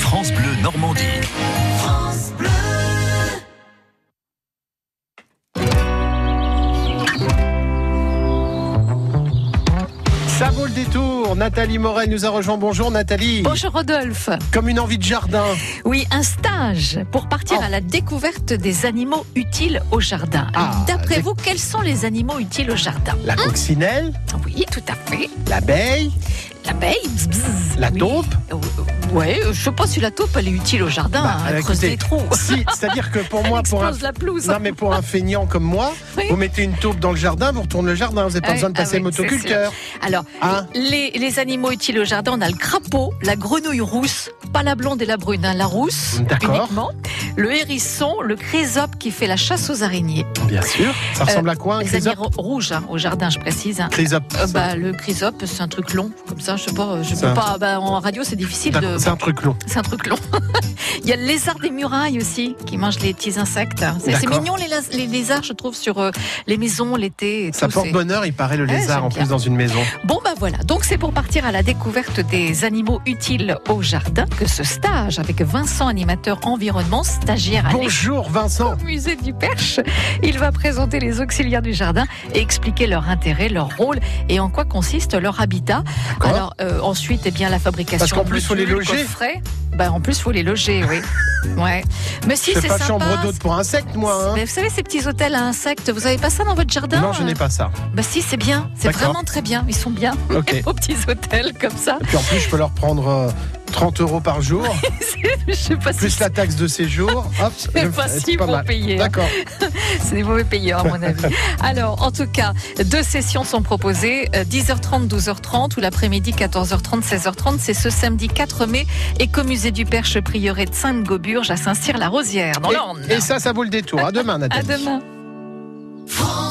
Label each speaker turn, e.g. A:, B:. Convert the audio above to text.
A: France Bleu Normandie. France Bleu.
B: Ça vaut le détour. Nathalie Moret nous a rejoint. Bonjour Nathalie.
C: Bonjour Rodolphe.
B: Comme une envie de jardin.
C: Oui, un stage pour partir
B: Oh.
C: à la découverte des animaux utiles au jardin. Alors,
B: Ah,
C: D'après
B: des-
C: vous, quels sont les animaux utiles au jardin
B: La coccinelle,
C: Oui, tout à fait.
B: l'abeille,
C: L'abeille, bzz, bzz.
B: la
C: Oui.
B: taupe.
C: Euh, Ouais, je sais pas si la taupe elle est utile au jardin,
B: Bah,
C: elle
B: écoutez,
C: creuse des trous.
B: Si, c'est-à-dire que pour moi,
C: elle
B: pour un,
C: explose la pelouse.
B: non mais pour un feignant comme moi,
C: Oui.
B: vous mettez une taupe dans le jardin, vous retournez le jardin. Vous n'avez pas
C: Ah oui,
B: besoin de
C: ah
B: passer
C: oui,
B: motoculteur.
C: Alors,
B: Hein
C: les, les animaux utiles au jardin, on a le crapaud, la grenouille rousse, pas la blonde et la brune, hein, la rousse
B: D'accord.
C: uniquement, le hérisson, le chrysope qui fait la chasse aux araignées.
B: Bien sûr. Ça ressemble à quoi un
C: Euh, Les amis
B: chrysope Ah,
C: ro- rouges hein, au jardin, je précise. hein.
B: Chrysope.
C: Euh, bah, le chrysope, c'est un truc long, comme ça, je sais pas, je
B: C'est un
C: peux pas. bah, en radio, c'est difficile de.
B: D'accord, C'est un truc long.
C: C'est un truc long. Il y a le lézard des murailles aussi, qui mange les petits insectes. C'est- C'est
B: D'accord.
C: mignon, les, laz- les lézards, je trouve, sur euh, les maisons l'été. et
B: Ça
C: tout,
B: porte
C: c'est-
B: bonheur, il paraît, le
C: Ouais,
B: lézard
C: j'aime
B: en
C: bien.
B: plus dans une maison.
C: Bon bah voilà, donc c'est pour partir à la découverte des animaux utiles au jardin que ce stage avec Vincent, animateur environnement, stagiaire à l'école
B: Bonjour Vincent.
C: au musée du Perche. Il va présenter les auxiliaires du jardin et expliquer leur intérêt, leur rôle et en quoi consiste leur habitat.
B: D'accord.
C: Alors euh, ensuite, eh bien la fabrication.
B: Parce qu'en
C: de
B: plus, faut les
C: modules,
B: loger.
C: coffrets. Bah, en plus, faut les loger, oui. Ouais. Mais si
B: je
C: c'est
B: fais pas
C: sympa.
B: chambre d'hôte pour insectes, moi. hein.
C: Mais vous savez ces petits hôtels à insectes, vous avez pas ça dans votre jardin
B: Non, je n'ai pas ça.
C: Bah si, c'est bien, c'est
B: D'accord.
C: vraiment très bien. Ils sont bien
B: Ok. Et
C: aux petits hôtels comme ça.
B: puis en plus, je peux leur prendre euh, 30 euros par jour,
C: Je sais pas si
B: plus la taxe de séjour. Hop,
C: c'est
B: je-
C: pas si
B: pas
C: bon
B: mal.
C: payé. hein.
B: D'accord.
C: C'est des mauvais payeurs, à mon avis. Alors, en tout cas, deux sessions sont proposées, euh, 10h30, 12h30 ou l'après-midi 14h30, 16h30. C'est ce samedi 4 mai, écomusée du Perche, prieuré de Sainte-Gauburge à Saint-Cyr-la-Rosière, dans l'Orne.
B: Et, et ça, ça vaut le détour. À demain,
C: À
B: Nathalie.
C: demain.
A: France